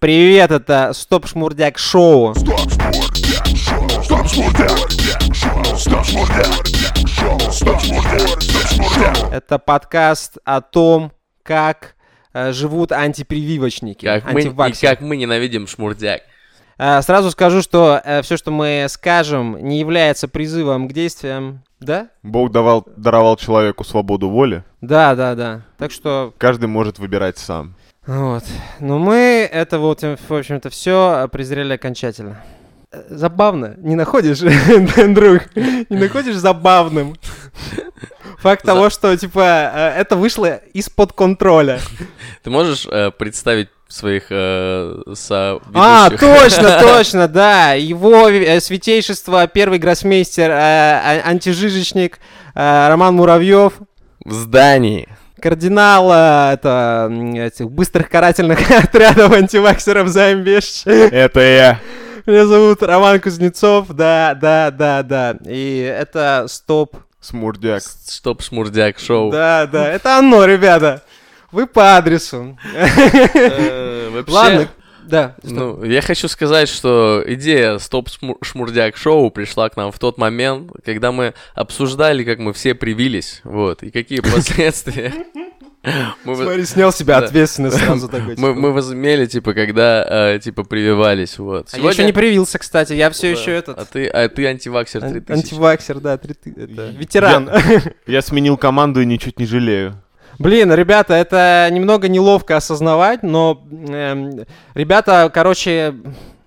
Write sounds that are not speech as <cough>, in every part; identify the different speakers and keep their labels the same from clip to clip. Speaker 1: Привет, это Стоп Шмурдяк Шоу. Это подкаст о том, как э, живут антипрививочники,
Speaker 2: Как мы, и
Speaker 1: антиваксеры.
Speaker 2: как мы ненавидим шмурдяк.
Speaker 1: Э, Сразу скажу, что все, что мы скажем, не является призывом к действиям. Да?
Speaker 3: Бог давал, даровал человеку свободу воли.
Speaker 1: Да, да, да. Так что,
Speaker 3: Каждый может выбирать сам.
Speaker 1: вот. Но мы это вот, в общем-то, все презрели окончательно. Э, Забавно, не находишь, <laughs> друг? Не находишь забавным? Факт
Speaker 2: За-
Speaker 1: того, что, типа, э, это вышло из-под контроля.
Speaker 2: Ты можешь э, представить своих э,
Speaker 1: А,
Speaker 2: соведущих?
Speaker 1: точно, точно, да. Его э, святейшество, первый гроссмейстер, э, а- антижижечник э, Роман Муравьев,
Speaker 2: В здании.
Speaker 1: кардинал э, это, м, этих быстрых карательных <laughs> отрядов антиваксеров Займбеш.
Speaker 3: <laughs> Это я.
Speaker 1: Меня зовут Роман Кузнецов, да, да, да, да. И это стоп.
Speaker 3: Смурдяк.
Speaker 2: Чтоб шмурдяк шоу.
Speaker 1: Да, да, это оно, ребята. Вы по адресу.
Speaker 2: Э, вообще,
Speaker 1: Ладно, да.
Speaker 2: Ну, я хочу сказать, что идея «Стоп Шмур- Шмурдяк Шоу» пришла к нам в тот момент, когда мы обсуждали, как мы все привились, вот,
Speaker 1: <laughs>
Speaker 2: и какие последствия. Мы в-
Speaker 1: Смотри, снял себя
Speaker 2: Да.
Speaker 1: ответственность
Speaker 2: <laughs>
Speaker 1: сразу такой.
Speaker 2: Мы,
Speaker 1: типа.
Speaker 2: мы возмели, типа, когда, э, типа, прививались, вот.
Speaker 1: А я еще не привился, кстати, я все еще
Speaker 2: А
Speaker 1: этот...
Speaker 2: ты, а ты антиваксер
Speaker 1: ан-
Speaker 2: 3000.
Speaker 1: Антиваксер, да, три ты- это, ветеран.
Speaker 3: Я сменил команду и ничуть не жалею.
Speaker 1: Блин, ребята, это немного неловко осознавать, но эм, ребята, короче,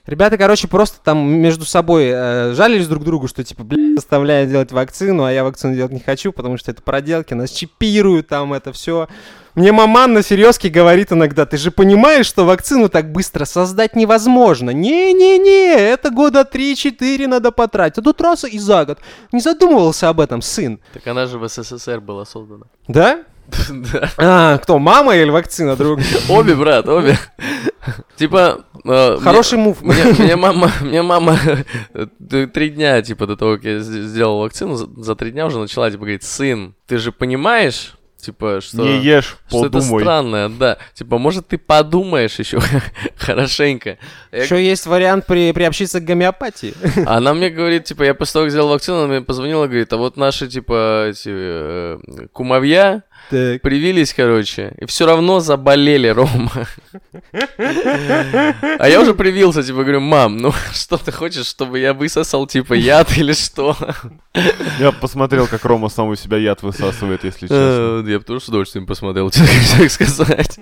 Speaker 1: ребята, короче, просто там между собой э, жалились друг другу, что типа, блин, заставляю делать вакцину, а я вакцину делать не хочу, потому что это проделки, нас чипируют там это все. Мне маман на серьезке говорит иногда, ты же понимаешь, что вакцину так быстро создать невозможно. Не-не-не, это года 3-4 надо потратить, а тут раз и за год. Не задумывался об этом, сын.
Speaker 2: Так она же в СССР была создана.
Speaker 1: Да?
Speaker 2: Да.
Speaker 1: А, кто, мама или вакцина, друг?
Speaker 2: Обе, брат, обе. Типа... э,
Speaker 1: Хороший мув.
Speaker 2: мне-
Speaker 1: <laughs>
Speaker 2: Мне, мне мама, мне мама э, три дня, типа, до того, как я с- сделал вакцину, за, за три дня уже начала, типа, говорить, сын, ты же понимаешь, типа, что...
Speaker 3: Не ешь,
Speaker 2: что это
Speaker 3: подумай.
Speaker 2: странное, да. Типа, может, ты подумаешь еще <laughs> хорошенько. Я
Speaker 1: Еще есть вариант при, приобщиться к гомеопатии. <laughs>
Speaker 2: Она мне говорит, типа, я после того, как сделал вакцину, она мне позвонила, говорит, а вот наши, типа, эти, э, кумовья
Speaker 1: Так.
Speaker 2: привились, короче, и все равно заболели, Рома. А я уже привился, типа, говорю, мам, ну <laughs> что ты хочешь, чтобы я высосал, типа, яд или что?
Speaker 3: Я посмотрел, как Рома сам у себя яд высасывает, если честно.
Speaker 2: Э, Я бы тоже с удовольствием посмотрел, <laughs> честно так сказать.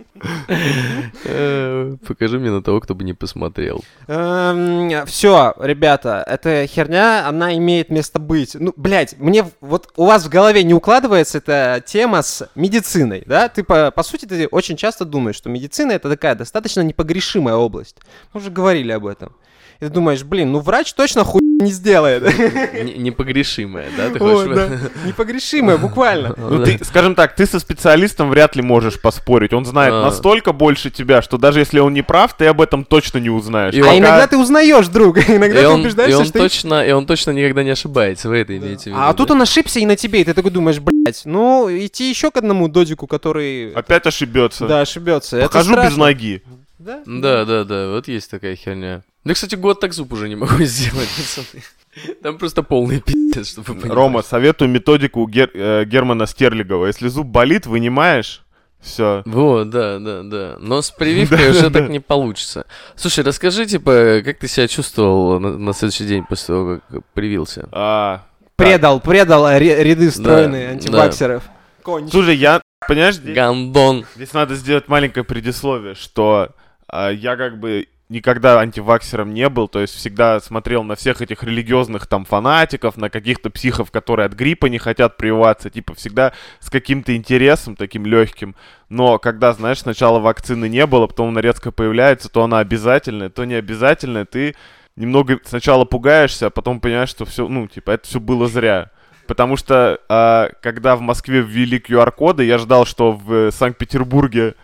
Speaker 2: Э, Покажи мне на того, кто бы не посмотрел.
Speaker 1: Все, Эм, ребята, эта херня, она имеет место быть. Ну, блядь, мне в- вот у вас в голове не укладывается эта тема с медициной, да? Ты, по, по сути, ты очень часто думаешь, что медицина это такая достаточно непогрешимая область. Мы уже говорили об этом. И ты думаешь, блин, ну врач точно хуй <laughs> не сделает.
Speaker 2: Н- Непогрешимое, да,
Speaker 1: <laughs>
Speaker 2: ты
Speaker 1: Вот,
Speaker 2: хочешь?
Speaker 1: да. Непогрешимая, буквально.
Speaker 3: Ну, ты, скажем так, ты со специалистом вряд ли можешь поспорить. Он знает
Speaker 2: А.
Speaker 3: настолько больше тебя, что даже если он не прав, ты об этом точно не
Speaker 2: <laughs>
Speaker 3: узнаешь.
Speaker 2: И
Speaker 1: А
Speaker 2: он-
Speaker 1: иногда ты узнаешь друг, <laughs> иногда
Speaker 2: и
Speaker 1: ты
Speaker 2: он, и
Speaker 1: убеждаешься,
Speaker 2: он
Speaker 1: что ты
Speaker 2: точно, и он точно никогда не ошибается, вы это имеете в виду.
Speaker 1: А тут
Speaker 2: да?
Speaker 1: он ошибся и на тебе, и ты такой думаешь, блядь, ну идти еще к одному додику, который
Speaker 3: Опять ошибется.
Speaker 1: да, ошибется. Это
Speaker 3: Похожу без
Speaker 1: страшно.
Speaker 3: ноги.
Speaker 1: Да?
Speaker 2: Да, да, да, вот есть такая херня. Да, кстати, год так зуб уже не могу <laughs> сделать, пацаны. Там просто полный пиздец, чтобы вы понимали.
Speaker 3: Рома, советую методику Гер- э, Германа Стерлигова. Если зуб болит, вынимаешь, все.
Speaker 2: Вот, да, да, да. Но с прививкой уже так не получится. Слушай, расскажи, типа, как ты себя чувствовал на, на следующий день после того, как привился?
Speaker 3: А,
Speaker 1: Предал, предал э, ре- ряды стройные
Speaker 2: да.
Speaker 1: антиваксеров. Кончил.
Speaker 3: Слушай, я, понимаешь, здесь,
Speaker 2: Гандон.
Speaker 3: здесь надо сделать маленькое предисловие, что а, я как бы никогда антиваксером не был, то есть всегда смотрел на всех этих религиозных там фанатиков, на каких-то психов, которые от гриппа не хотят прививаться, типа всегда с каким-то интересом таким легким. Но когда, знаешь, сначала вакцины не было, потом она резко появляется, то она обязательная, то не обязательная, ты немного сначала пугаешься, а потом понимаешь, что все, ну, типа, это все было зря. Потому что а, когда в Москве ввели QR-коды, я ждал, что в э, Санкт-Петербурге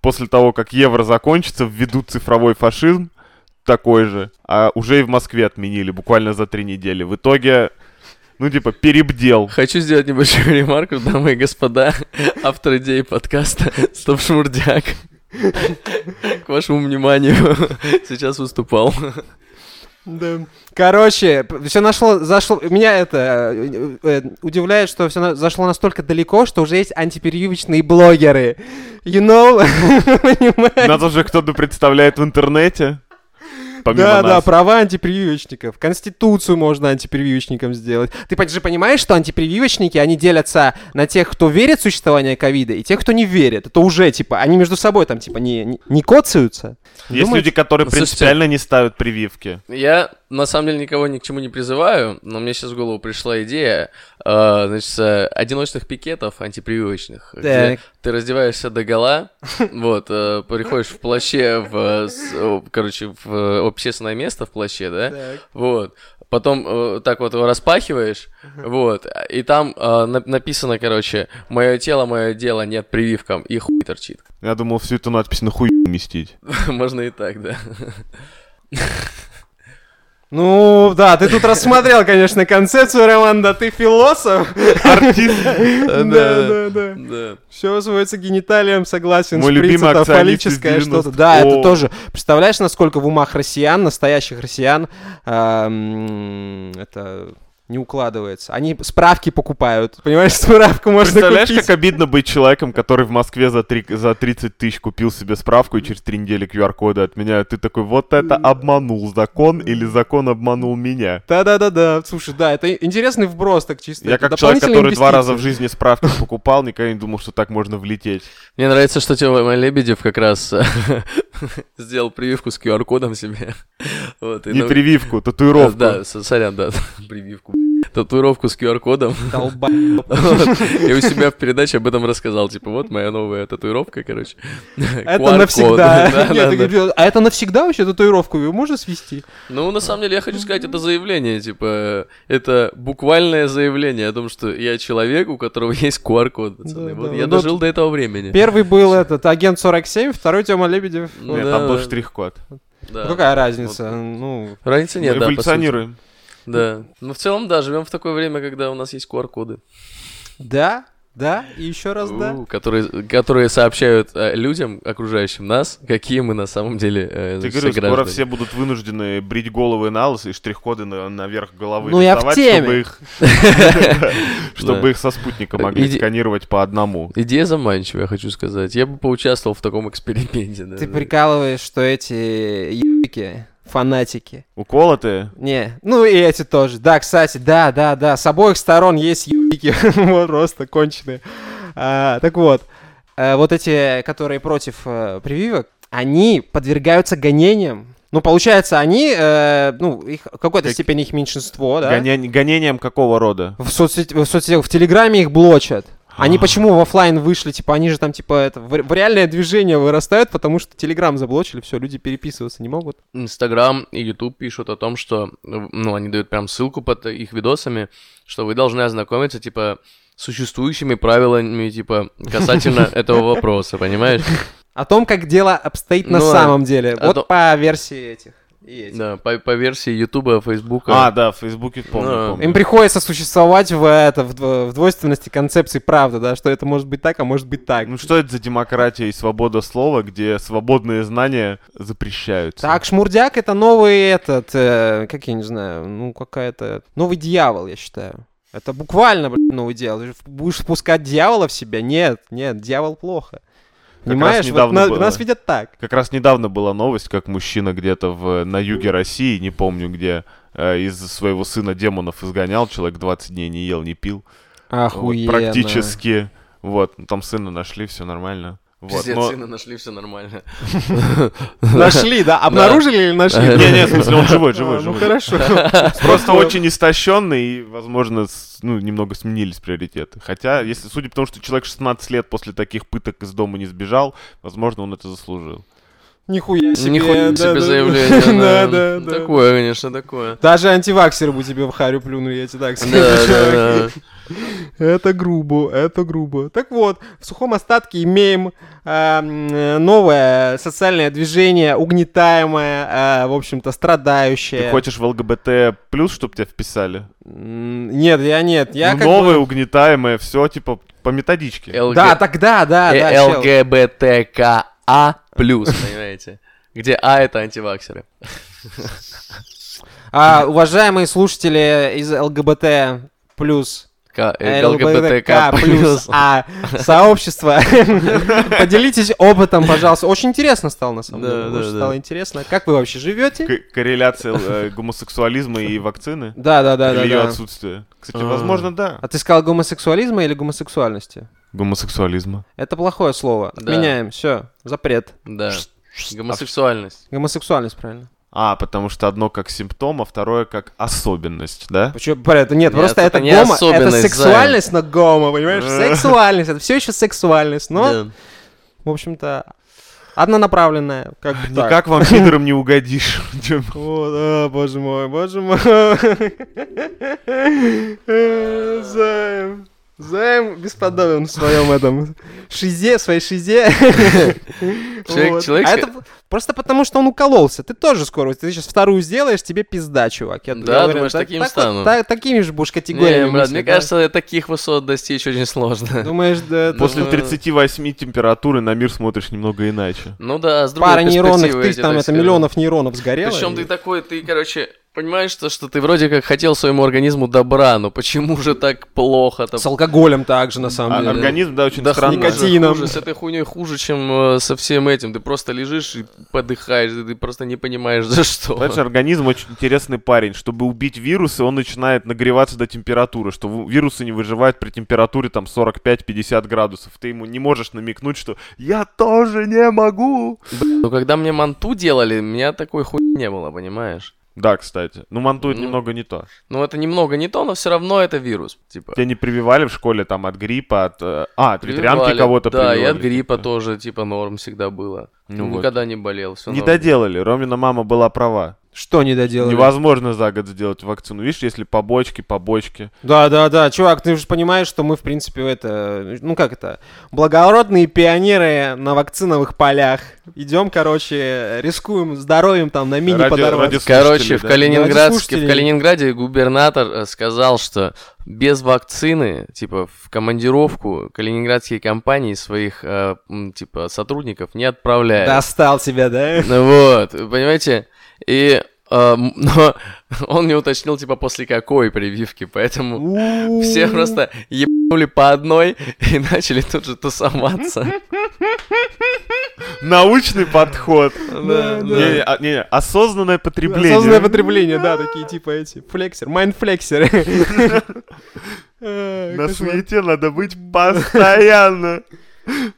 Speaker 3: после того, как евро закончится, введут цифровой фашизм такой же. А уже и в Москве отменили буквально за три недели. В итоге, ну типа, перебдел.
Speaker 2: Хочу сделать <laughs> <laughs> небольшую ремарку, дамы и господа, автор идеи подкаста «Стоп Шмурдяк». <laughs> К вашему вниманию <laughs> сейчас выступал.
Speaker 1: Да. Короче, все нашло, зашло. Меня это э, э, удивляет, что все зашло настолько далеко, что уже есть антиперьювичные блогеры. You know? Понимаешь?
Speaker 3: Нас уже кто-то представляет в интернете. Помимо
Speaker 1: Да, да,
Speaker 3: нас.
Speaker 1: права антипрививочников. Конституцию можно антипрививочникам сделать. Ты пон- же понимаешь, что антипрививочники, они делятся на тех, кто верит в существование ковида, и тех, кто не верит. Это уже, типа, они между собой там, типа, не, не, не коцаются.
Speaker 3: Есть
Speaker 1: Думаете?
Speaker 3: люди, которые
Speaker 2: Слушайте.
Speaker 3: принципиально не ставят прививки.
Speaker 2: Я на самом деле никого ни к чему не призываю, но мне сейчас в голову пришла идея, э, значит, э, одиночных пикетов антипрививочных, где
Speaker 1: Так.
Speaker 2: ты раздеваешься до гола, <laughs> вот, э, приходишь в плаще, в, э, с- о, короче, в э, общественное место в плаще, да, вот. Потом э, так вот его распахиваешь, вот, и там э, на- написано, короче, мое тело, мое дело, нет прививкам, и хуй торчит. <laughs>
Speaker 3: Я думал всю эту надпись на хуй уместить.
Speaker 2: Можно и так, да.
Speaker 1: Ну, да, ты тут рассмотрел, конечно, концепцию, Роман, да ты философ.
Speaker 3: Артист.
Speaker 1: Да, да, да.
Speaker 2: Да.
Speaker 1: Все вызывается гениталием, согласен.
Speaker 3: Мой
Speaker 1: шприц
Speaker 3: любимый
Speaker 1: это
Speaker 3: акционист из
Speaker 1: фаллическое что-то.
Speaker 3: 90-х.
Speaker 1: Да, это
Speaker 3: О.
Speaker 1: тоже. Представляешь, насколько в умах россиян, настоящих россиян, эм, это не укладывается. Они справки покупают. Понимаешь, справку можно
Speaker 3: Представляешь,
Speaker 1: купить.
Speaker 3: как обидно быть человеком, который в Москве за, три, за 30 тысяч купил себе справку и через три недели QR-коды отменяют. Ты такой, вот это обманул закон или закон обманул меня.
Speaker 1: Да-да-да-да. Слушай, да, это интересный вброс так чисто.
Speaker 3: Я
Speaker 1: Это
Speaker 3: как человек,
Speaker 1: дополнительные
Speaker 3: который два раза в
Speaker 1: инвестиции.
Speaker 3: жизни справки покупал, никогда не думал, что так можно влететь.
Speaker 2: Мне нравится, что Тёма Лебедев как раз <laughs> сделал прививку с QR-кодом себе. Вот, и
Speaker 3: Не
Speaker 2: нау-
Speaker 3: прививку, татуировку.
Speaker 2: Да, Ну с- сорян, да, <laughs> прививку. Татуировку с <laughs> QR-кодом.
Speaker 3: <laughs>
Speaker 1: Долбоёб.
Speaker 2: Я у себя в передаче об этом рассказал. Типа, вот моя новая татуировка, короче.
Speaker 1: Это
Speaker 2: QR-код. Да,
Speaker 3: <laughs>
Speaker 1: навсегда.
Speaker 2: да,
Speaker 1: Нет,
Speaker 2: да.
Speaker 1: ты говоришь, А это навсегда вообще татуировку? Ее можно свести?
Speaker 2: Ну, на самом деле, я хочу сказать, это заявление, типа, это буквальное заявление о том, что я человек, у которого есть QR-код, пацаны.
Speaker 1: Да,
Speaker 2: Вот
Speaker 1: да.
Speaker 2: я
Speaker 1: Ну,
Speaker 2: дожил до этого времени.
Speaker 1: Первый был этот агент 47, второй Тёма Лебедев.
Speaker 2: Ну,
Speaker 3: Нет,
Speaker 2: да,
Speaker 3: там был
Speaker 2: да.
Speaker 3: штрих-код.
Speaker 2: Да.
Speaker 1: Ну, Какая разница? Ну,
Speaker 2: Разницы
Speaker 3: Мы
Speaker 2: нет, да, по сути.
Speaker 3: эволюционируем.
Speaker 2: Да. Ну, в целом, да, живем в такое время, когда у нас есть QR-коды.
Speaker 1: Да, да, и еще раз да.
Speaker 2: У, Которые, которые сообщают э, людям, окружающим нас, какие мы на самом деле э,
Speaker 3: Ты
Speaker 2: значит,
Speaker 3: говорю, скоро
Speaker 2: сограждане.
Speaker 3: все будут вынуждены брить головы на лысо и штрих-коды на- наверх головы
Speaker 1: Ну, я в
Speaker 3: рисовать,
Speaker 1: теме. <laughs>
Speaker 3: чтобы их,
Speaker 2: Да.
Speaker 3: чтобы их со спутника могли
Speaker 2: Иди-
Speaker 3: сканировать по одному.
Speaker 2: Идея заманчивая, хочу сказать. Я бы поучаствовал в таком эксперименте. да,
Speaker 1: Ты
Speaker 2: да.
Speaker 1: прикалываешь, что эти ебики, фанатики.
Speaker 3: Уколотые?
Speaker 1: Не, ну и эти тоже. Да, кстати, да, да, да, с обоих сторон есть ебики, <laughs> вот просто конченые. А, так вот, э, вот эти, которые против э, прививок, они подвергаются гонениям. Ну, получается, они, э, ну, их, в какой-то
Speaker 3: Как-
Speaker 1: степени их меньшинство, да?
Speaker 3: Гоня- Гонением какого рода?
Speaker 1: В, соцсет- в соцсетях, в Телеграме их блочат. Они
Speaker 2: А.
Speaker 1: почему в офлайн вышли? Типа, они же там, типа, это, в, в реальное движение вырастают, потому что Телеграм заблочили, все, люди переписываться не могут.
Speaker 2: Инстаграм и Ютуб пишут о том, что, ну, они дают прям ссылку под их видосами, что вы должны ознакомиться, типа, с существующими правилами, типа,
Speaker 1: <laughs>
Speaker 2: касательно этого вопроса, понимаешь?
Speaker 1: О том, как дело обстоит на
Speaker 2: Ну, а-
Speaker 1: самом деле.
Speaker 2: а
Speaker 1: вот
Speaker 2: то-
Speaker 1: по версии этих. и этих.
Speaker 2: Да, по, по версии Ютуба, Фейсбука.
Speaker 3: А, да, в Фейсбуке
Speaker 2: Да.
Speaker 3: помню,
Speaker 1: Им
Speaker 3: помню.
Speaker 1: приходится существовать в, это, в, дво- в двойственности концепции правды, да, что это может быть так, а может быть так.
Speaker 3: Ну что это за демократия и свобода слова, где свободные знания запрещаются?
Speaker 1: Так, шмурдяк это новый этот, э, как я не знаю, ну какая-то... Новый дьявол, я считаю. Это буквально, блин, новый дьявол. Ты же Будешь впускать дьявола в себя? Нет, нет, дьявол плохо.
Speaker 3: раз
Speaker 1: Понимаешь? Вот
Speaker 3: недавно
Speaker 1: на-
Speaker 3: было.
Speaker 1: нас видят так.
Speaker 3: Как раз недавно была новость, как мужчина где-то в, на юге России, не помню где, э, из своего сына демонов изгонял, человек 20 дней не ел, не пил. Вот,
Speaker 1: Охуенно.
Speaker 3: практически. Вот, ну, там сына нашли, все нормально. Вот,
Speaker 2: Пиздец,
Speaker 3: но-
Speaker 2: сына нашли, все нормально.
Speaker 1: <laughs> Нашли, да? Обнаружили или нашли?
Speaker 3: Не, не,
Speaker 1: <laughs>
Speaker 3: в смысле, он живой, живой,
Speaker 1: А, Ну
Speaker 3: живой.
Speaker 1: хорошо.
Speaker 3: <laughs> Просто очень истощенный и, возможно, с- ну, немного сменились приоритеты. Хотя, если судя по тому, что человек 16 лет после таких пыток из дома не сбежал, возможно, он это заслужил.
Speaker 1: Нихуя себе. да,
Speaker 2: Нихуя
Speaker 1: да,
Speaker 2: себе
Speaker 1: да. <laughs>
Speaker 2: заявление.
Speaker 1: Да,
Speaker 2: да.
Speaker 1: да, да.
Speaker 2: Такое, конечно, такое.
Speaker 1: Даже антиваксеры бы тебе в харю плюнули, я тебе так
Speaker 2: Да,
Speaker 1: скажу.
Speaker 2: да, да.
Speaker 1: Это грубо, это грубо. Так вот, в сухом остатке имеем а, м, новое социальное движение, угнетаемое, а, в общем-то, страдающее.
Speaker 3: Ты хочешь в ЛГБТ плюс, чтобы тебя вписали?
Speaker 1: М, Нет, я нет. Я
Speaker 3: Ну,
Speaker 1: как
Speaker 3: новое, угнетаемое, все типа по методичке.
Speaker 2: Э,
Speaker 1: бы- Да, тогда, да, да, чел.
Speaker 2: ЛГБТК А+, понимаете? Где А — это антиваксеры.
Speaker 1: А, уважаемые слушатели из ЛГБТ плюс
Speaker 2: К-
Speaker 1: А,
Speaker 2: э,
Speaker 1: ЛГБТК плюс А
Speaker 2: <laughs>
Speaker 1: сообщества, поделитесь опытом, пожалуйста. Очень интересно стало, на самом
Speaker 2: Да,
Speaker 1: деле.
Speaker 2: да,
Speaker 1: Очень
Speaker 2: да.
Speaker 1: стало интересно. Как вы вообще живете?
Speaker 3: К- корреляция э, гомосексуализма и вакцины?
Speaker 1: Да, да, да,
Speaker 3: Или
Speaker 1: да,
Speaker 3: ее
Speaker 1: да.
Speaker 3: отсутствие? Кстати,
Speaker 2: А.
Speaker 3: возможно, да.
Speaker 1: А ты сказал гомосексуализма или гомосексуальности?
Speaker 3: Гомосексуализма.
Speaker 1: Это плохое слово.
Speaker 2: Да.
Speaker 1: Отменяем. Все. Запрет.
Speaker 2: Да.
Speaker 1: а
Speaker 2: Гомосексуальность.
Speaker 1: Гомосексуальность, правильно.
Speaker 3: А, потому что одно как симптом, а второе как особенность, да?
Speaker 1: Почему? про это- Нет,
Speaker 2: Нет,
Speaker 1: просто
Speaker 2: это
Speaker 1: это,
Speaker 2: не
Speaker 1: гомо, это
Speaker 2: особенность, Зая.
Speaker 1: сексуальность, но гомо, понимаешь? Сексуальность, это все еще сексуальность, но,
Speaker 2: Да.
Speaker 1: в общем-то, однонаправленная. Как бы так.
Speaker 3: Никак вам пидором не <laughs> угодишь. Дём.
Speaker 1: О, да, боже мой, боже мой. <laughs> Э, Займ. Займ бесподобен в своем этом шизе, своей шизе.
Speaker 2: <laughs> Человек-
Speaker 1: Вот.
Speaker 2: человек-
Speaker 1: А это п- просто потому, что он укололся. Ты тоже скоро, ты сейчас вторую сделаешь, тебе пизда, чувак. Я
Speaker 2: Да,
Speaker 1: тебе говорю,
Speaker 2: думаешь,
Speaker 1: так-
Speaker 2: таким
Speaker 1: так вот-
Speaker 2: стану?
Speaker 1: так- Такими же будешь категориями.
Speaker 2: Не, брат,
Speaker 1: мысли,
Speaker 2: мне
Speaker 1: да? Ну,
Speaker 2: кажется, таких высот достичь очень сложно.
Speaker 1: Думаешь, да, это-
Speaker 3: После
Speaker 2: Думаю-
Speaker 3: 38 температуры на мир смотришь немного иначе.
Speaker 2: Ну да, с другой
Speaker 1: пара нейронных
Speaker 2: перспективы, я
Speaker 1: тысяч,
Speaker 2: тебе
Speaker 1: там
Speaker 2: так
Speaker 1: это
Speaker 2: скажу.
Speaker 1: миллионов нейронов сгорело.
Speaker 2: Причем э, ты
Speaker 1: и-
Speaker 2: такой, ты, короче, понимаешь, что, что ты вроде как хотел своему организму добра, но почему же так плохо-то?
Speaker 1: С алкоголем также, на
Speaker 3: А
Speaker 1: самом деле.
Speaker 3: Организм, да, очень
Speaker 2: Да
Speaker 3: странно.
Speaker 1: хрена.
Speaker 2: хуже,
Speaker 1: никотином.
Speaker 2: хуже, с этой хуйней хуже, чем э, со всем этим. Ты просто лежишь и подыхаешь, и ты просто не понимаешь, <laughs> за что.
Speaker 3: Понимаешь, организм очень интересный парень. Чтобы убить вирусы, он начинает нагреваться до температуры, что в- вирусы не выживают при температуре там 45-50 градусов. Ты ему не можешь намекнуть, что «я тоже не могу».
Speaker 2: Но когда мне манту делали, меня такой хуй не было, понимаешь?
Speaker 3: Да, кстати. Ну, мантует
Speaker 2: Ну.
Speaker 3: немного не то.
Speaker 2: Ну, это немного не то, но все равно это вирус, типа.
Speaker 3: Тебя не прививали в школе там от гриппа, от... э, А, от ветрянки
Speaker 2: Прививали.
Speaker 3: кого-то
Speaker 2: Да,
Speaker 3: прививали.
Speaker 2: и от гриппа
Speaker 3: типа.
Speaker 2: тоже, типа, норм всегда было.
Speaker 3: Ну вот.
Speaker 2: Никогда не болел, все
Speaker 3: Не доделали. Ромина мама была права.
Speaker 1: Что не доделали?
Speaker 3: Невозможно за год сделать вакцину. Видишь, если побочки, побочки.
Speaker 1: Да, да, да, чувак, ты же понимаешь, что мы, в принципе, это, ну как это, благородные пионеры на вакциновых полях. Идем, короче, рискуем здоровьем там на мини
Speaker 3: Ради-
Speaker 1: подорваться.
Speaker 3: ради
Speaker 2: Короче,
Speaker 3: слушателей,
Speaker 2: в,
Speaker 3: да?
Speaker 2: Калининградске,
Speaker 1: слушателей.
Speaker 2: в Калининграде губернатор э, сказал, что без вакцины, типа, в командировку калининградские компании своих, э, м, типа, сотрудников не отправляют.
Speaker 1: Достал тебя, да?
Speaker 2: Ну Вот, понимаете? И э, м, <laughs> но он не уточнил, типа, после какой прививки, поэтому все просто ебнули по одной и <laughs> начали тут
Speaker 1: <laughs>
Speaker 2: же тусоваться.
Speaker 3: Научный подход.
Speaker 1: Да, да.
Speaker 3: Не, а- не, осознанное потребление.
Speaker 1: Осознанное потребление, да, такие типа эти, флексер,
Speaker 3: <laughs>
Speaker 1: майнфлексеры. Э,
Speaker 3: На
Speaker 1: кошмар,
Speaker 3: суете надо быть постоянно.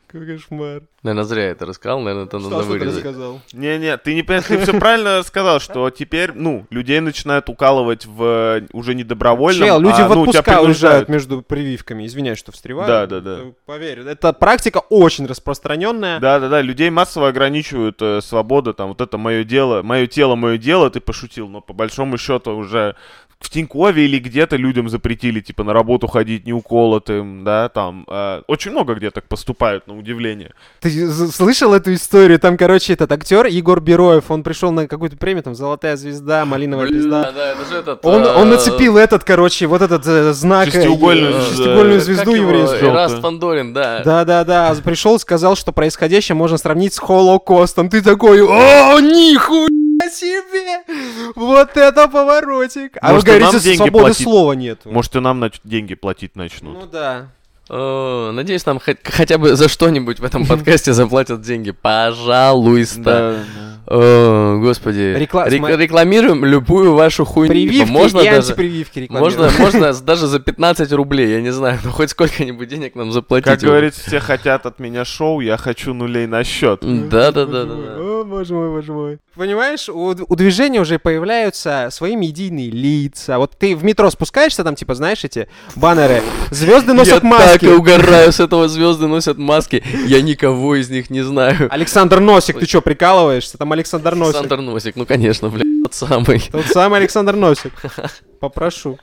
Speaker 1: какой Кошмар.
Speaker 2: Наверное, зря я это рассказал, наверное, это
Speaker 1: Что
Speaker 2: надо
Speaker 1: что ты
Speaker 2: вырезать.
Speaker 1: рассказал?
Speaker 3: Не-не, ты не понимаешь, ты все правильно сказал, что теперь, ну, людей начинают укалывать в э, уже не добровольно.
Speaker 1: Чел, люди
Speaker 3: а,
Speaker 1: в
Speaker 3: ну, тебя
Speaker 1: отпуска уезжают
Speaker 3: принуждают.
Speaker 1: между прививками. Извиняюсь, что встреваю.
Speaker 3: Да, да, да.
Speaker 1: Э, Поверь, это практика очень распространенная.
Speaker 3: Да-да-да, людей массово ограничивают э, свобода, там, вот это мое дело, мое тело, мое дело, ты пошутил, но по большому счету уже в Тинькове или где-то людям запретили, типа, на работу ходить неуколотым, да, там, э, очень много где так поступают, на удивление.
Speaker 1: Ты з- слышал эту историю? Там, короче, этот актер Егор Бероев, он пришел на какую-то премию, там Золотая звезда, Малиновая
Speaker 2: Бля,
Speaker 1: звезда.
Speaker 2: да, это же этот...
Speaker 1: Он, он
Speaker 2: э,
Speaker 1: нацепил этот, короче, вот этот э, знак... э,
Speaker 3: Шестиугольную,
Speaker 1: э,
Speaker 3: э,
Speaker 1: шестиугольную
Speaker 3: как
Speaker 1: звезду
Speaker 2: его,
Speaker 1: еврейскую.
Speaker 2: Эраст
Speaker 3: Жёлтую.
Speaker 2: Фандорин, да.
Speaker 1: Да-да-да, пришел, сказал, что происходящее можно сравнить с Холокостом. Ты такой, о, нихуя себе! Вот это поворотик! А
Speaker 3: Может, и
Speaker 1: вы
Speaker 3: нам
Speaker 1: говорите,
Speaker 3: деньги
Speaker 1: свободы
Speaker 3: платить?
Speaker 1: слова нету.
Speaker 3: Может, и нам нач- деньги платить начнут.
Speaker 1: Ну да.
Speaker 2: О, надеюсь, нам хоть- хотя бы за что-нибудь
Speaker 1: <laughs>
Speaker 2: в этом подкасте заплатят деньги. Пожалуйста. О, господи.
Speaker 1: Рекла-
Speaker 2: Рек-
Speaker 1: сма-
Speaker 2: Рекламируем любую вашу хуйню. Типа,
Speaker 1: Прививки
Speaker 2: можно
Speaker 1: и
Speaker 2: даже...
Speaker 1: антипрививки рекламируют. <laughs>
Speaker 2: Можно, можно даже за 15 рублей, я не знаю, но хоть сколько-нибудь денег нам заплатить.
Speaker 3: Как говорится, все хотят от меня шоу, я хочу нулей на счет.
Speaker 1: Боже
Speaker 2: Да-да-да.
Speaker 1: мой. О, боже мой, боже мой. Понимаешь, у, у движения уже появляются свои медийные лица. Вот ты в метро спускаешься, там, типа, знаешь, эти баннеры. Звезды
Speaker 2: Я
Speaker 1: <laughs> носят
Speaker 2: так и
Speaker 1: маски.
Speaker 2: угораю с этого, звезды носят маски, я никого из них не знаю.
Speaker 1: Александр Носик, ты чё, прикалываешься? Там Александр Носик.
Speaker 2: Александр Носик, ну конечно, блядь, тот самый.
Speaker 1: Тот самый Александр
Speaker 2: <laughs>
Speaker 1: Носик. Попрошу.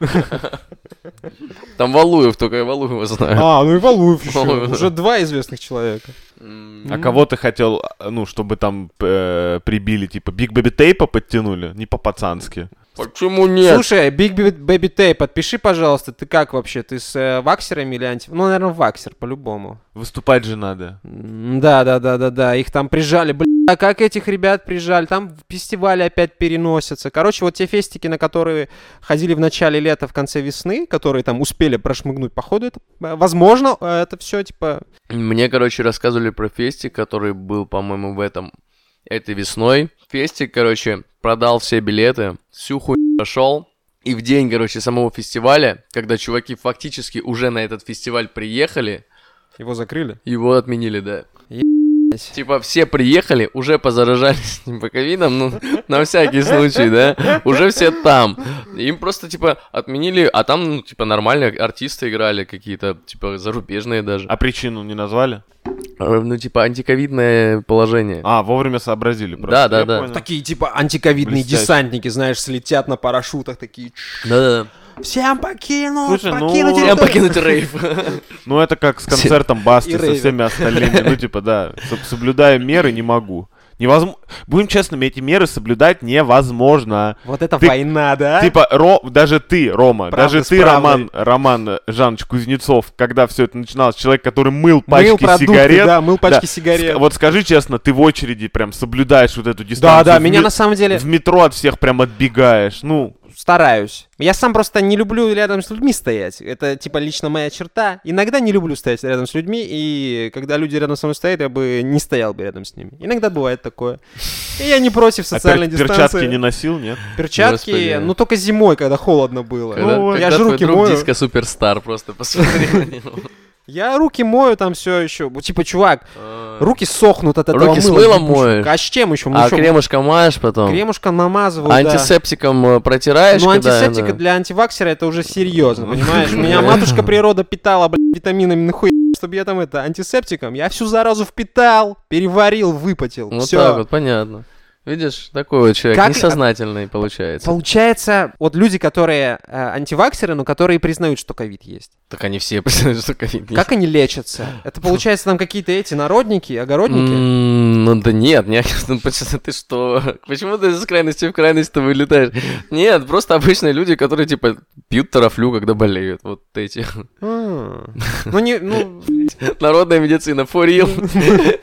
Speaker 2: Там Валуев, только я Валуева знаю.
Speaker 1: А, ну и Валуев еще.
Speaker 2: Валуев, да.
Speaker 1: Уже два известных человека.
Speaker 2: М,
Speaker 3: А кого ты хотел, а, ну, чтобы там э, прибили, типа, Биг Бэби Тейпа подтянули? Не по-пацански.
Speaker 2: Почему нет?
Speaker 1: Слушай, Big Baby Tay, подпиши, пожалуйста, ты как вообще? Ты с э, ваксерами или анти... Ну, наверное, ваксер, по-любому.
Speaker 3: Выступать же надо.
Speaker 1: Да-да-да-да-да, их там прижали, бля, а как этих ребят прижали, там фестивали опять переносятся. Короче, вот те фестики, на которые ходили в начале лета, в конце весны, которые там успели прошмыгнуть, походу, это, э, возможно, э, это все, типа,
Speaker 2: Мне, короче, рассказывали про фестик, который был, по-моему, в этом этой весной. Фестик, короче, продал все билеты, всю хуй пошел. И в день, короче, самого фестиваля, когда чуваки фактически уже на этот фестиваль приехали,
Speaker 1: его закрыли.
Speaker 2: его отменили, да.
Speaker 1: Блядь.
Speaker 2: Типа все приехали, уже позаражались типа, ковидом, ну, на всякий случай, да, уже все там. Им просто, типа, отменили, а там, ну, типа, нормальные артисты играли какие-то, типа, зарубежные даже.
Speaker 3: А причину не назвали?
Speaker 2: Э, Ну, типа, антиковидное положение.
Speaker 3: А, вовремя сообразили просто.
Speaker 2: Да, да,
Speaker 3: я
Speaker 2: да.
Speaker 3: понял.
Speaker 1: Такие типа антиковидные
Speaker 3: Блестяще.
Speaker 1: десантники, знаешь, слетят на парашютах такие. «Чш,
Speaker 2: Да-да-да.
Speaker 1: Всем покинуть,
Speaker 3: Слушай, ну,
Speaker 1: покинуть
Speaker 3: всем
Speaker 2: Прям
Speaker 1: территорию».
Speaker 2: покинуть рейв.
Speaker 3: Ну, это как с концертом
Speaker 1: <laughs>
Speaker 3: Басти
Speaker 1: И
Speaker 3: со
Speaker 1: Рейвен.
Speaker 3: всеми остальными. Ну, типа, да, соб- соблюдаю меры, не могу. Невозможно. Будем честными, эти меры соблюдать невозможно.
Speaker 1: Вот это
Speaker 3: Ты-
Speaker 1: война, да?
Speaker 3: Типа, Ро- даже ты, Рома,
Speaker 1: Правда
Speaker 3: даже
Speaker 1: с
Speaker 3: ты,
Speaker 1: правдой.
Speaker 3: Роман, Роман э, Жанович Кузнецов, когда все это начиналось, человек, который мыл пачки
Speaker 1: мыл продукты,
Speaker 3: сигарет.
Speaker 1: да, мыл пачки
Speaker 3: Да.
Speaker 1: сигарет.
Speaker 3: Ск- Вот скажи честно, ты в очереди прям соблюдаешь вот эту
Speaker 1: да,
Speaker 3: дистанцию.
Speaker 1: да,
Speaker 3: в
Speaker 1: меня
Speaker 3: ме-
Speaker 1: на самом деле
Speaker 3: В метро от всех прям отбегаешь. Ну,
Speaker 1: стараюсь. Я сам просто не люблю рядом с людьми стоять. Это типа лично моя черта. Иногда не люблю стоять рядом с людьми, и когда люди рядом со мной стоят, я бы не стоял бы рядом с ними. Иногда бывает такое. И я не против
Speaker 3: а
Speaker 1: социальной
Speaker 3: пер-
Speaker 1: дистанции.
Speaker 3: перчатки не носил, нет?
Speaker 1: Перчатки,
Speaker 2: Господи.
Speaker 1: ну только зимой, когда холодно было.
Speaker 2: Когда,
Speaker 1: Ну,
Speaker 2: когда
Speaker 1: я же
Speaker 2: твой
Speaker 1: руки
Speaker 2: друг
Speaker 1: мою.
Speaker 2: диско суперстар, просто посмотри на него.
Speaker 1: Я руки мою там все еще. Типа, чувак,
Speaker 2: А
Speaker 1: руки сохнут от этого
Speaker 2: Руки с
Speaker 1: мыла
Speaker 2: мылом
Speaker 1: ебучего.
Speaker 2: моешь?
Speaker 1: А с чем еще?
Speaker 2: кремушка маешь потом?
Speaker 1: Кремушка намазываю, да.
Speaker 2: Антисептиком э, протираешь?
Speaker 1: Ну,
Speaker 2: когда,
Speaker 1: антисептика
Speaker 2: да?
Speaker 1: для антиваксера это уже серьезно,
Speaker 3: Ну,
Speaker 1: понимаешь? Меня матушка природа питала, блядь, витаминами, нахуй, чтобы я там это, антисептиком. Я всю заразу впитал, переварил, выпотел.
Speaker 2: Ну, Вот
Speaker 1: Всё.
Speaker 2: так вот, понятно. Видишь, такой вот человек,
Speaker 1: Как-
Speaker 2: несознательный получается.
Speaker 1: Получается, вот люди, которые э, антиваксеры, но которые признают, что ковид есть.
Speaker 2: Так они все <laughs> признают, что ковид есть.
Speaker 1: Как они лечатся? Это получается там какие-то эти народники, огородники?
Speaker 2: М, Ну да нет, не- <laughs> ну почему ты что? Почему ты из крайности в крайность-то вылетаешь? Нет, просто обычные люди, которые типа пьют тарафлю, когда болеют. Вот эти. <laughs>
Speaker 1: М. Ну, не, ну,
Speaker 2: Народная медицина,
Speaker 1: <laughs>
Speaker 2: фурил.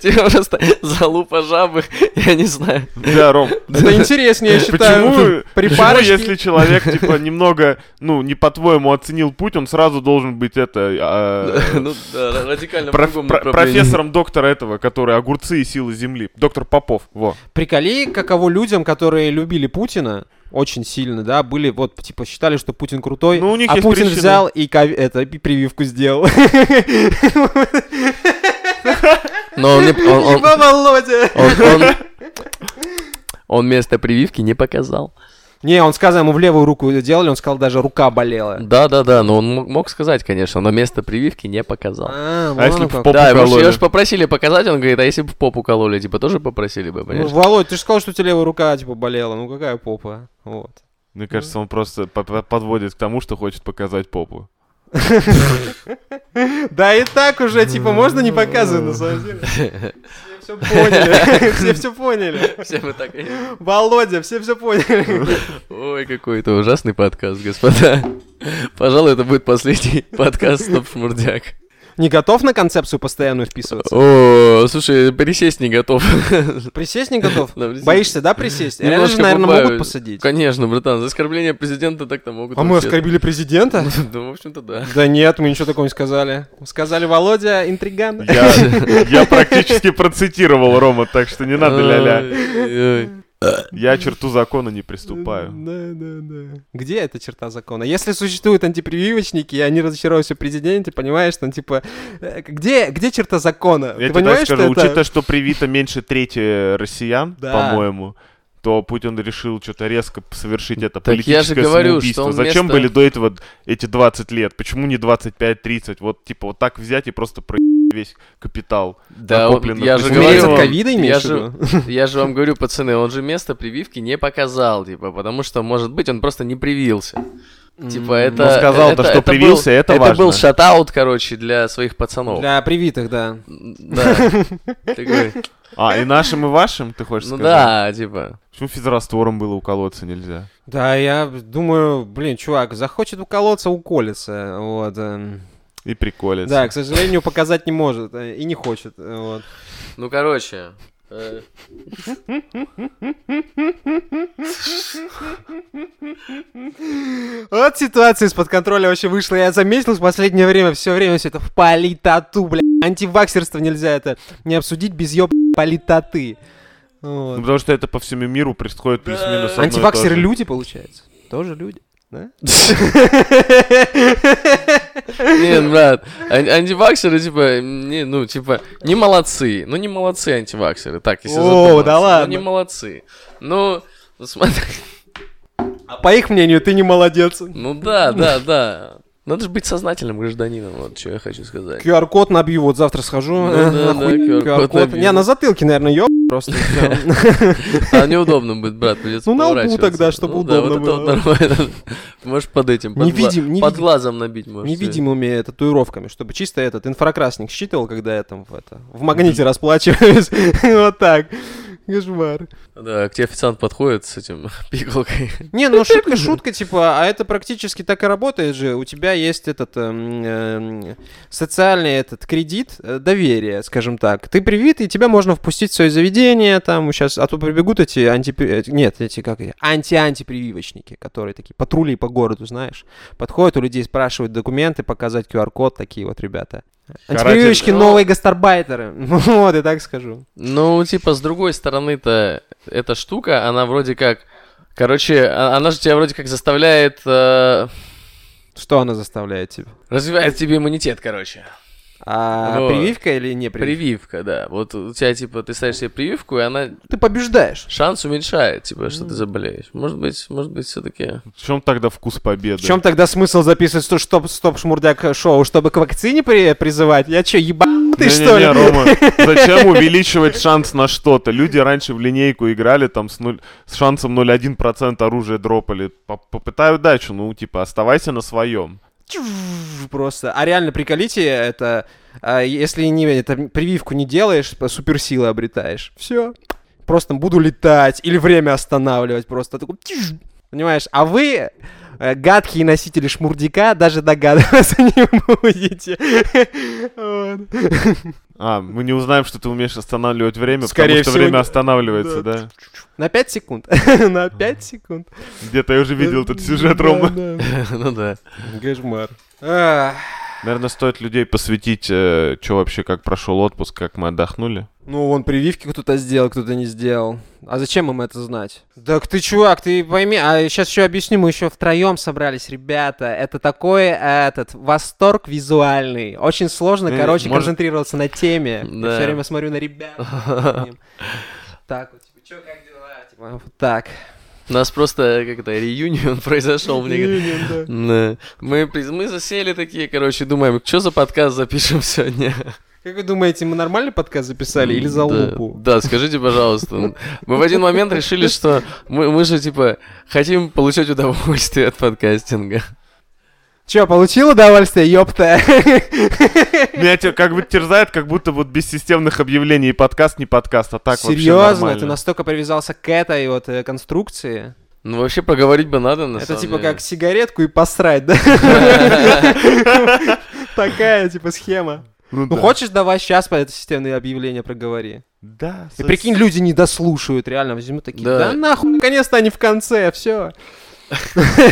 Speaker 2: Типа просто залупа жабы, <laughs> я не знаю.
Speaker 3: Да, Ром.
Speaker 1: это интереснее, я
Speaker 3: Почему,
Speaker 1: считаю. ну,
Speaker 3: почему,
Speaker 1: Припарочки.
Speaker 3: если человек, типа, немного, ну, не по-твоему оценил путь, он сразу должен быть это... э,
Speaker 2: Ну да, радикально
Speaker 3: проф-
Speaker 2: по-другому
Speaker 3: про-
Speaker 2: направлению.
Speaker 3: профессором доктора этого, который огурцы и силы земли. Доктор Попов, во.
Speaker 1: Приколи, каково людям, которые любили Путина очень сильно, да, были вот, типа, считали, что Путин крутой,
Speaker 3: Ну, у них
Speaker 1: а
Speaker 3: есть
Speaker 1: Путин
Speaker 3: причины.
Speaker 1: взял и, ков- это, и прививку сделал.
Speaker 2: Но он не...
Speaker 1: <laughs>
Speaker 2: он- он-
Speaker 1: Ебо, Володя!
Speaker 2: он- он- Он место прививки не показал.
Speaker 1: Не, он сказал, ему в левую руку делали, он сказал, даже рука болела.
Speaker 2: Да, да, да, но ну, он мог- мог сказать, конечно, но место прививки не показал.
Speaker 1: А,
Speaker 3: А если
Speaker 1: вон
Speaker 3: б
Speaker 1: как.
Speaker 3: в попу
Speaker 2: да, его ж-
Speaker 3: кололи?
Speaker 2: его же попросили показать, он говорит, а если бы в попу кололи, типа тоже попросили бы,
Speaker 1: Ну,
Speaker 2: понимаешь?
Speaker 1: Володь, ты же сказал, что у тебя левая рука, типа, болела. Ну, какая попа? Вот.
Speaker 3: Мне кажется, он просто по- по- подводит к тому, что хочет показать попу.
Speaker 1: Да и так уже, типа, можно не показывать, на самом
Speaker 3: <laughs>
Speaker 1: деле. Все поняли, <laughs> все все поняли.
Speaker 2: Все мы так...
Speaker 1: Володя, все все поняли.
Speaker 2: Ой, какой это ужасный подкаст, господа. Пожалуй, это будет последний подкаст «Стоп, шмурдяк».
Speaker 1: Не готов на концепцию постоянную вписываться?
Speaker 2: О, слушай, пересесть не готов.
Speaker 1: Присесть не готов?
Speaker 2: Да, присесть.
Speaker 1: Боишься, да,
Speaker 3: Ну,
Speaker 1: присесть? Реально же,
Speaker 2: Немножко
Speaker 1: наверное,
Speaker 2: бываю.
Speaker 1: могут посадить.
Speaker 2: Конечно, братан, за оскорбление президента так-то могут.
Speaker 1: А мы
Speaker 2: вообще.
Speaker 1: оскорбили президента?
Speaker 2: Ну, в общем-то, да.
Speaker 1: <laughs> Да нет, мы ничего такого не сказали. Сказали, Володя, интриган. <laughs>
Speaker 3: Я, я практически процитировал Рома, так что не надо ля-ля.
Speaker 2: Ой-ой-ой.
Speaker 3: Я черту закона не приступаю.
Speaker 1: Да, да, да. Где эта черта закона? Если существуют антипрививочники, и они разочаровываются в президенте, понимаешь, там типа... э, Где, где черта закона?
Speaker 3: Я
Speaker 1: Ты
Speaker 3: тебе так
Speaker 1: понимаешь,
Speaker 3: скажу,
Speaker 1: что это...
Speaker 3: учитывая, что привито меньше трети э, россиян,
Speaker 1: Да.
Speaker 3: по-моему, то Путин решил что-то резко совершить это
Speaker 2: Так я же
Speaker 3: политическое
Speaker 2: говорю,
Speaker 3: самоубийство.
Speaker 2: что он
Speaker 3: Зачем
Speaker 2: вместо-
Speaker 3: были до этого эти 20 лет? Почему не 25-30? Вот типа вот так взять и просто проебать весь капитал.
Speaker 2: Да, вот
Speaker 3: накопленных.
Speaker 2: я
Speaker 3: То
Speaker 2: же
Speaker 3: есть
Speaker 1: Умереть
Speaker 2: говорю
Speaker 1: от
Speaker 3: вам,
Speaker 1: ковида
Speaker 2: я
Speaker 1: имеешь в
Speaker 2: же-
Speaker 1: виду?
Speaker 2: Я же вам говорю, пацаны, он же место прививки не показал, типа, потому что, может быть, он просто не привился. Типа это...
Speaker 3: Ну, сказал-то,
Speaker 2: это-
Speaker 3: что
Speaker 2: это был-
Speaker 3: привился, это важно.
Speaker 2: был шатаут, короче, для своих пацанов.
Speaker 1: Для привитых, да.
Speaker 2: Да.
Speaker 3: <laughs>
Speaker 2: Такой,
Speaker 3: А, и нашим, и вашим, ты хочешь
Speaker 2: Ну
Speaker 3: сказать?
Speaker 2: да, типа.
Speaker 3: Почему физраствором было уколоться нельзя?
Speaker 1: Да, я думаю, блин, чувак, захочет уколоться, уколется. Вот. эм.
Speaker 3: И приколец.
Speaker 1: Да, к сожалению, показать не может э, и не хочет. э, Вот.
Speaker 2: Ну, короче. э, <laughs>
Speaker 1: Вот ситуация из-под контроля вообще вышла. Я заметил в последнее время, все время все это в политоту, бля. Антиваксерство нельзя это не обсудить без ёб политоты.
Speaker 3: Ну,
Speaker 1: Вот.
Speaker 3: потому что это по всему миру происходит плюс-минус одно и то
Speaker 1: Антиваксеры
Speaker 3: же.
Speaker 1: люди, получается. <laughs> Тоже люди. Да?
Speaker 2: Нет, ну, брат, ан- антиваксеры, типа, не, ну, типа, не молодцы. Ну, не молодцы антиваксеры, так, если
Speaker 1: О,
Speaker 2: задуматься.
Speaker 1: да ладно.
Speaker 2: Ну, не молодцы. Ну, ну, <laughs> смотри,
Speaker 1: А по их мнению, ты не молодец.
Speaker 2: ну да, да, да. Надо же быть сознательным гражданином, вот что я хочу сказать.
Speaker 1: QR-код набью, вот завтра схожу.
Speaker 2: Ну
Speaker 1: э,
Speaker 2: да,
Speaker 1: нахуй
Speaker 2: да, QR-код набью.
Speaker 1: Не, на затылке, наверное, ёб просто. всё.
Speaker 2: А неудобно будет, брат, придется
Speaker 1: Ну, на лбу
Speaker 2: поворачиваться.
Speaker 1: тогда, чтобы
Speaker 2: Ну да,
Speaker 1: удобно
Speaker 2: вот это вот нормально. Можешь под этим, под,
Speaker 1: Не
Speaker 2: гла-
Speaker 1: видим, не
Speaker 2: под
Speaker 1: видим.
Speaker 2: глазом набить можешь.
Speaker 1: Невидимыми татуировками, чтобы чисто этот инфракрасник считывал, когда я там в это в магните <laughs> расплачиваюсь. Вот так. Кошмар.
Speaker 2: Да, к тебе официант подходит с этим <laughs> пикалкой.
Speaker 1: Не, ну шутка шутка, типа, а это практически так и работает же. У тебя есть этот эм, эм, социальный этот кредит э, доверия, скажем так. Ты привит, и тебя можно впустить в свое заведение, там сейчас, а то прибегут эти анти... э, Нет, эти как... их, Анти-антипрививочники, которые такие патрули по городу, знаешь. Подходят у людей, спрашивают документы, показать QR-код, такие вот ребята. Антипрививочки
Speaker 2: Ну-
Speaker 1: новые гастарбайтеры. <laughs> Вот, я так скажу.
Speaker 2: Ну, типа, с другой стороны-то, эта штука, она вроде как... Короче, а- она же тебя вроде как заставляет... э,
Speaker 1: Что она заставляет тебя?
Speaker 2: развивает тебе иммунитет, короче.
Speaker 1: А
Speaker 2: Вот.
Speaker 1: прививка или не прививка?
Speaker 2: Прививка, да. Вот у тебя, типа, ты ставишь себе прививку, и она
Speaker 1: Ты побеждаешь.
Speaker 2: шанс уменьшает, типа, что ты заболеешь. Может быть, может
Speaker 1: <laughs>
Speaker 2: быть, все-таки...
Speaker 3: В чем тогда вкус победы?
Speaker 1: В чем тогда смысл записывать что- стоп, стоп шмурдяк шоу, чтобы к вакцине при- призывать? Я че, ебанутый,
Speaker 3: Не-не-не,
Speaker 1: что ли?
Speaker 3: Рома,
Speaker 1: <laughs>
Speaker 3: зачем увеличивать шанс на что-то? Люди раньше в линейку играли, там с, нуль- с шансом 0,1% оружия дропали. По- Попытай удачу, ну, типа, оставайся на своем.
Speaker 1: Чув, Просто. А реально, приколите, это, а, если не, это, прививку не делаешь, п- суперсилы обретаешь. Все. Просто буду летать или время останавливать. Просто такой... тиш. Понимаешь? А вы, э, гадкие носители шмурдяка, даже догадываться <laughs> не будете. Вот.
Speaker 3: А, мы не узнаем, что ты умеешь останавливать время,
Speaker 1: Скорее
Speaker 3: потому что
Speaker 1: всего,
Speaker 3: время
Speaker 1: не-
Speaker 3: останавливается, да.
Speaker 1: На 5 секунд. <laughs> На 5 секунд.
Speaker 3: Где-то я уже видел этот сюжет,
Speaker 1: Да,
Speaker 3: Рома.
Speaker 1: да.
Speaker 2: Ну да.
Speaker 1: Кошмар. А, Ах.
Speaker 3: Наверное, стоит людей посвятить, э, что вообще, как прошел отпуск, как мы отдохнули.
Speaker 1: Ну, вон прививки кто-то сделал, кто-то не сделал. А зачем им это знать? Так ты, чувак, ты пойми, а сейчас еще объясню, мы еще втроем собрались, ребята. Это такой, э, этот, восторг визуальный. Очень сложно,
Speaker 3: Ну,
Speaker 1: короче,
Speaker 3: может-
Speaker 1: концентрироваться на теме.
Speaker 2: Да.
Speaker 1: Я все время смотрю на
Speaker 3: <laughs>
Speaker 1: ребят. Так вот, типа, чё, как дела? Типа, вот так.
Speaker 2: У нас просто, как это, реюнион <laughs> произошел. Мне говорят, Да. Мы, при- мы засели такие, короче, думаем, что за подкаст запишем сегодня?
Speaker 1: Как вы думаете, мы нормальный подкаст записали или за
Speaker 2: Да.
Speaker 1: лупу?
Speaker 2: Да, скажите, пожалуйста. Мы в один момент решили, что мы, мы же, типа, хотим получать удовольствие от подкастинга.
Speaker 1: Че, получил удовольствие, ёпта?
Speaker 3: Меня те- Ну, как бы терзает, как будто вот без системных объявлений и подкаст не подкаст, а так вообще
Speaker 1: Серьезно,
Speaker 3: нормально.
Speaker 1: ты настолько привязался к этой вот э, конструкции?
Speaker 2: Ну, вообще, поговорить бы надо, на
Speaker 1: Это
Speaker 2: самом
Speaker 1: типа
Speaker 2: деле.
Speaker 1: как сигаретку и посрать,
Speaker 2: <laughs>
Speaker 1: да? Такая типа схема.
Speaker 3: Ну,
Speaker 1: Ну
Speaker 3: да.
Speaker 1: хочешь, давай сейчас по это системное объявление проговори.
Speaker 3: Да.
Speaker 1: И прикинь, люди не дослушают, реально возьмут такие.
Speaker 2: Да.
Speaker 1: Да нахуй, наконец-то они в конце, все.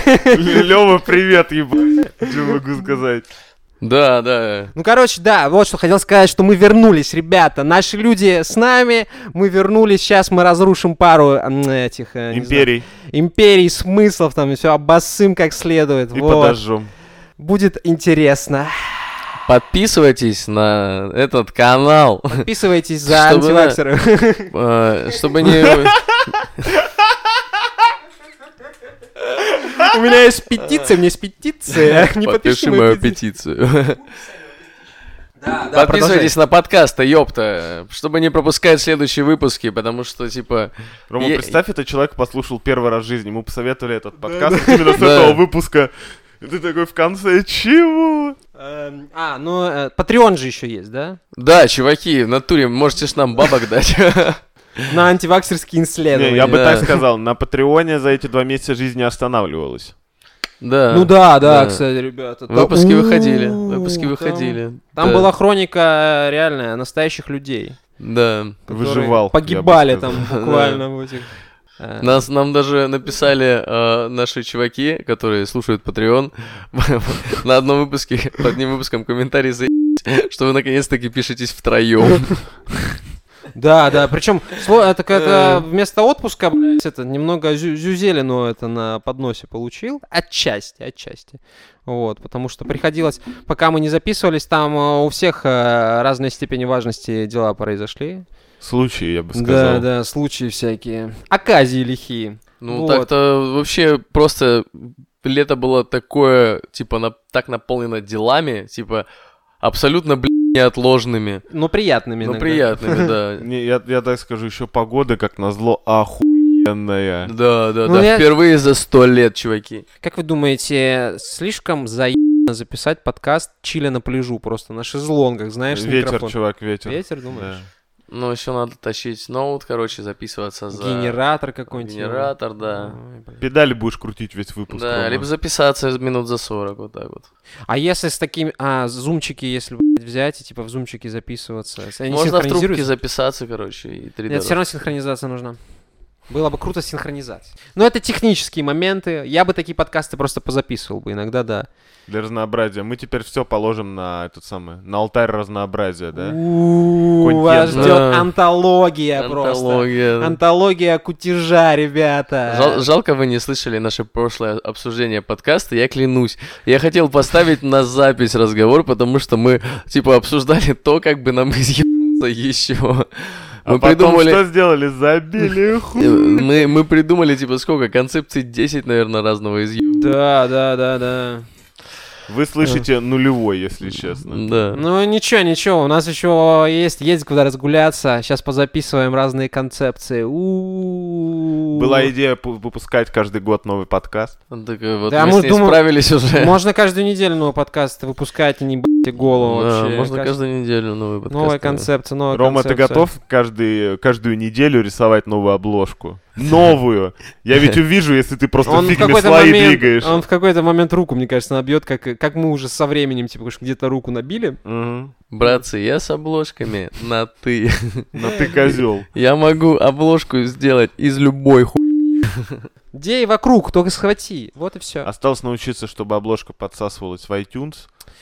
Speaker 3: Лева, привет, ебать. Что могу сказать?
Speaker 2: Да, да.
Speaker 1: Ну, короче, да, вот что хотел сказать, что мы вернулись, ребята. Наши люди с нами, мы вернулись, сейчас мы разрушим пару м, этих... э, не
Speaker 3: Империй.
Speaker 1: знаю, империй, смыслов там, и все обоссым как следует.
Speaker 3: И
Speaker 1: вот.
Speaker 3: подожжем.
Speaker 1: Будет интересно.
Speaker 2: Подписывайтесь на этот канал, <laughs>
Speaker 1: Подписывайтесь за
Speaker 2: Чтобы, да.
Speaker 1: антиваксеры.
Speaker 2: э, чтобы не...
Speaker 1: У меня
Speaker 2: Э,
Speaker 1: <laughs> есть петиция, у меня есть петиция. Не подпиши мою петицию.
Speaker 2: петицию.
Speaker 1: Да,
Speaker 2: Подписывайтесь на подкаст, а ёпта, чтобы не пропускать следующие выпуски, потому что, типа...
Speaker 3: Рома,
Speaker 2: е-
Speaker 3: представь, этот человек послушал первый раз в жизни. Мы посоветовали этот подкаст именно с
Speaker 2: Да.
Speaker 3: этого выпуска. И ты такой в конце чего?
Speaker 1: Эм, А, ну, э, Patreon же еще есть, да?
Speaker 2: Да, чуваки, в натуре можете ж нам бабок дать. <laughs>
Speaker 1: На антиваксерские
Speaker 3: Не,
Speaker 1: исследования.
Speaker 3: я бы
Speaker 2: Да.
Speaker 3: так сказал, на Патреоне за эти два месяца жизнь не останавливалась.
Speaker 2: Да.
Speaker 1: Ну да, да,
Speaker 2: Да.
Speaker 1: кстати, ребята. там-
Speaker 2: Выпуски выходили,
Speaker 1: У,
Speaker 2: выпуски
Speaker 1: там-
Speaker 2: выходили.
Speaker 1: Там
Speaker 2: Да.
Speaker 1: была хроника э, реальная настоящих людей.
Speaker 2: Да.
Speaker 1: которые
Speaker 3: Выживал. я бы
Speaker 1: Погибали
Speaker 3: сказал.
Speaker 1: там
Speaker 2: <laughs>
Speaker 1: буквально в этих... э,
Speaker 2: Нас, нам даже написали э, наши чуваки, которые слушают Patreon, <laughs> на одном выпуске, под одним выпуском комментарий заебись, что вы наконец-таки пишетесь втроем.
Speaker 1: Да, да, причем так это
Speaker 2: Э.
Speaker 1: вместо отпуска, блядь, это немного зю- зюзелину это на подносе получил, отчасти, отчасти, вот, потому что приходилось, пока мы не записывались, там э, у всех э, разной степени важности дела произошли,
Speaker 3: Случаи, я бы
Speaker 1: да,
Speaker 3: сказал.
Speaker 1: да, случаи всякие, оказии лихие,
Speaker 2: Ну,
Speaker 1: Вот.
Speaker 2: так-то вообще просто лето было такое, типа, на- так наполнено делами, типа, абсолютно, блин, неотложными,
Speaker 1: но приятными
Speaker 2: но
Speaker 1: иногда. <laughs>
Speaker 2: приятными, да.
Speaker 3: Не, я, я так скажу, еще погода, как назло, охуенная.
Speaker 2: Да, да,
Speaker 1: Ну,
Speaker 2: да,
Speaker 1: я-
Speaker 2: впервые за сто лет, чуваки.
Speaker 1: Как вы думаете, слишком заебно записать подкаст «Чили на пляжу», просто на шезлонгах, знаешь, с
Speaker 3: ветер,
Speaker 1: микрофоном?
Speaker 3: чувак, ветер.
Speaker 1: Ветер,
Speaker 3: Да.
Speaker 1: думаешь?
Speaker 2: Ну, еще надо тащить ноут, короче, записываться за...
Speaker 1: Генератор типа. Ну, какой-нибудь.
Speaker 2: Генератор, да.
Speaker 1: Ой, блин.
Speaker 3: Педали будешь крутить весь выпуск.
Speaker 2: Да,
Speaker 3: Рома.
Speaker 2: либо записаться минут за 40, вот так вот.
Speaker 1: А если с такими... А, зумчики, если блядь, взять и типа в зумчики записываться. с- Они
Speaker 2: Можно в трубке
Speaker 1: синхронизируются?
Speaker 2: записаться, короче, и три
Speaker 1: Нет,
Speaker 2: дорожки.
Speaker 1: все равно синхронизация нужна. Было бы круто синхронизация. Но это технические моменты. Я бы такие подкасты просто позаписывал бы иногда, да.
Speaker 3: Для разнообразия. Мы теперь все положим на этот самый, на алтарь разнообразия, да?
Speaker 1: У вас
Speaker 3: Контент.
Speaker 1: ждет
Speaker 2: Да.
Speaker 1: антология просто.
Speaker 2: Антология.
Speaker 1: Антология кутежа, ребята.
Speaker 2: Жал- жалко, вы не слышали наше прошлое обсуждение подкаста, я клянусь. Я хотел поставить на запись разговор, потому что мы, типа, обсуждали то, как бы нам <laughs> изъебаться еще.
Speaker 3: А
Speaker 2: Мы
Speaker 3: потом
Speaker 2: придумали...
Speaker 3: что
Speaker 1: <laughs>
Speaker 3: сделали? Забили
Speaker 2: э,
Speaker 3: хуй.
Speaker 2: Мы, мы придумали, типа, сколько? Концепций 10, наверное, разного изъеба.
Speaker 1: Да, да, да, да.
Speaker 3: Вы слышите нулевой, если честно.
Speaker 2: Да.
Speaker 1: Ну ничего, ничего, у нас еще есть, есть куда разгуляться. Сейчас позаписываем разные концепции. У-у-у.
Speaker 3: Была идея пу- выпускать каждый год новый подкаст.
Speaker 2: Так, э, вот
Speaker 1: Да,
Speaker 2: мы
Speaker 1: мы
Speaker 2: с ней
Speaker 1: думаем-
Speaker 2: справились
Speaker 3: <laughs>
Speaker 2: уже.
Speaker 1: Можно каждую неделю новый подкаст выпускать, не б***те голову
Speaker 2: <laughs> Да,
Speaker 1: вообще.
Speaker 2: можно
Speaker 1: Кажд-
Speaker 2: каждую неделю новый подкаст.
Speaker 1: Новая
Speaker 2: да.
Speaker 1: концепция, новая
Speaker 3: Рома, ты
Speaker 1: Ну, а концепция.
Speaker 3: готов каждый, каждую неделю рисовать новую обложку? Новую!
Speaker 1: <laughs>
Speaker 3: Я ведь увижу, если ты просто
Speaker 1: Он в,
Speaker 3: фигами
Speaker 1: какой-то
Speaker 3: слои
Speaker 1: момент,
Speaker 3: двигаешь.
Speaker 1: он в какой-то момент руку, мне кажется, набьет, как, как мы уже со временем, типа, уж где-то руку набили.
Speaker 3: Мгм.
Speaker 2: Братцы, я с обложками на ты. <laughs>
Speaker 3: Но
Speaker 1: <laughs>
Speaker 3: ты козел.
Speaker 2: Я могу обложку сделать из любой хуй.
Speaker 1: Дей вокруг, только схвати. Вот и все.
Speaker 3: Осталось научиться, чтобы обложка подсасывалась в iTunes.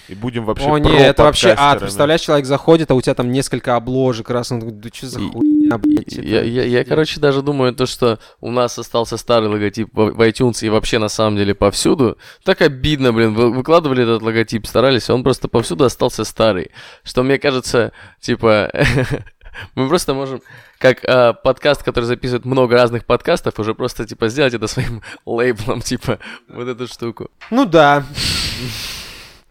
Speaker 3: И будем вообще
Speaker 1: О, не,
Speaker 3: про
Speaker 1: это вообще ад.
Speaker 3: подкастерами.
Speaker 1: Представляешь, человек заходит, а у тебя там несколько обложек раз. Он такой, да что за
Speaker 2: И-
Speaker 1: хуйня, блядь, это?»
Speaker 2: Я, я- я, короче, даже думаю, то, что у нас остался старый логотип в в iTunes и вообще на самом деле повсюду. Так обидно, блин, вы- выкладывали этот логотип, старались, а он просто повсюду остался старый. Что мне кажется, типа, <laughs> мы просто можем, как а, подкаст, который записывает много разных <laughs> подкастов, уже просто, типа, сделать это своим лейблом, типа, вот эту штуку.
Speaker 1: Ну да,